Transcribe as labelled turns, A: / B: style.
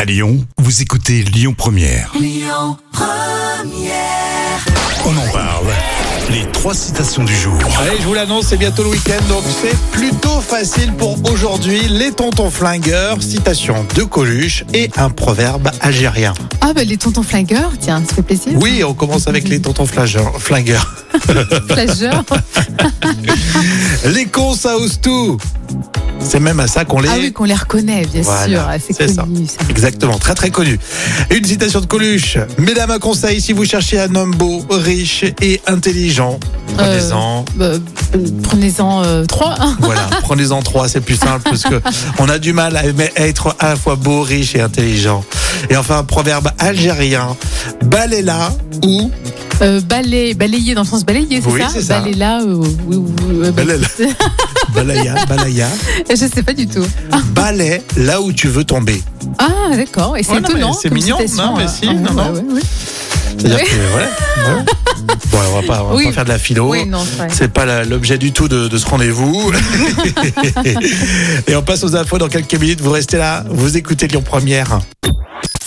A: À Lyon, vous écoutez Lyon Première. On en parle. Les trois citations du jour.
B: Allez, je vous l'annonce, c'est bientôt le week-end, donc c'est plutôt facile pour aujourd'hui. Les tontons flingueurs, citation de Coluche et un proverbe algérien.
C: Ah bah les tontons flingueurs, tiens, ça fait plaisir.
B: Oui, on commence avec les tontons flageurs- flingueurs.
C: Flageur.
B: Les cons, ça ose tout. C'est même à ça qu'on les...
C: Ah oui, qu'on les reconnaît, bien
B: Voilà,
C: sûr. ah,
B: c'est
C: C'est connu. Ça.
B: Exactement, très très connu. Une citation de Coluche. Mesdames, un conseil, si vous cherchez un homme beau, riche et intelligent, prenez-en.
C: Euh, bah, euh, Prenez-en euh, trois. hein.
B: Voilà, prenez-en trois, c'est plus simple parce que on a du mal à aimer- à être à la fois beau, riche et intelligent. Et enfin, un proverbe algérien, baléla ou
C: Euh, balay- balayer dans le sens balayer, c'est
B: Oui,
C: ça
B: c'est ça.
C: Balayer là. euh, oui, oui, oui, euh,
B: baléla, balaya, balaya,
C: Je sais pas du tout.
B: balai là où tu veux tomber.
C: Ah d'accord, et c'est
B: Ouais, non, mais
C: étonnant.
B: c'est
C: comme
B: mignon,
C: citation,
B: non, mais
C: hein.
B: si,
C: Ah,
B: non,
C: ouais, ouais, ouais.
B: C'est-à-dire que voilà. ouais. Bon, on va pas, on va
C: Oui.
B: pas faire de la philo.
C: Oui, non, c'est vrai.
B: C'est pas la- l'objet du tout de, de ce rendez-vous. et on passe aux infos dans quelques minutes. Vous restez là, vous écoutez Lyon Première.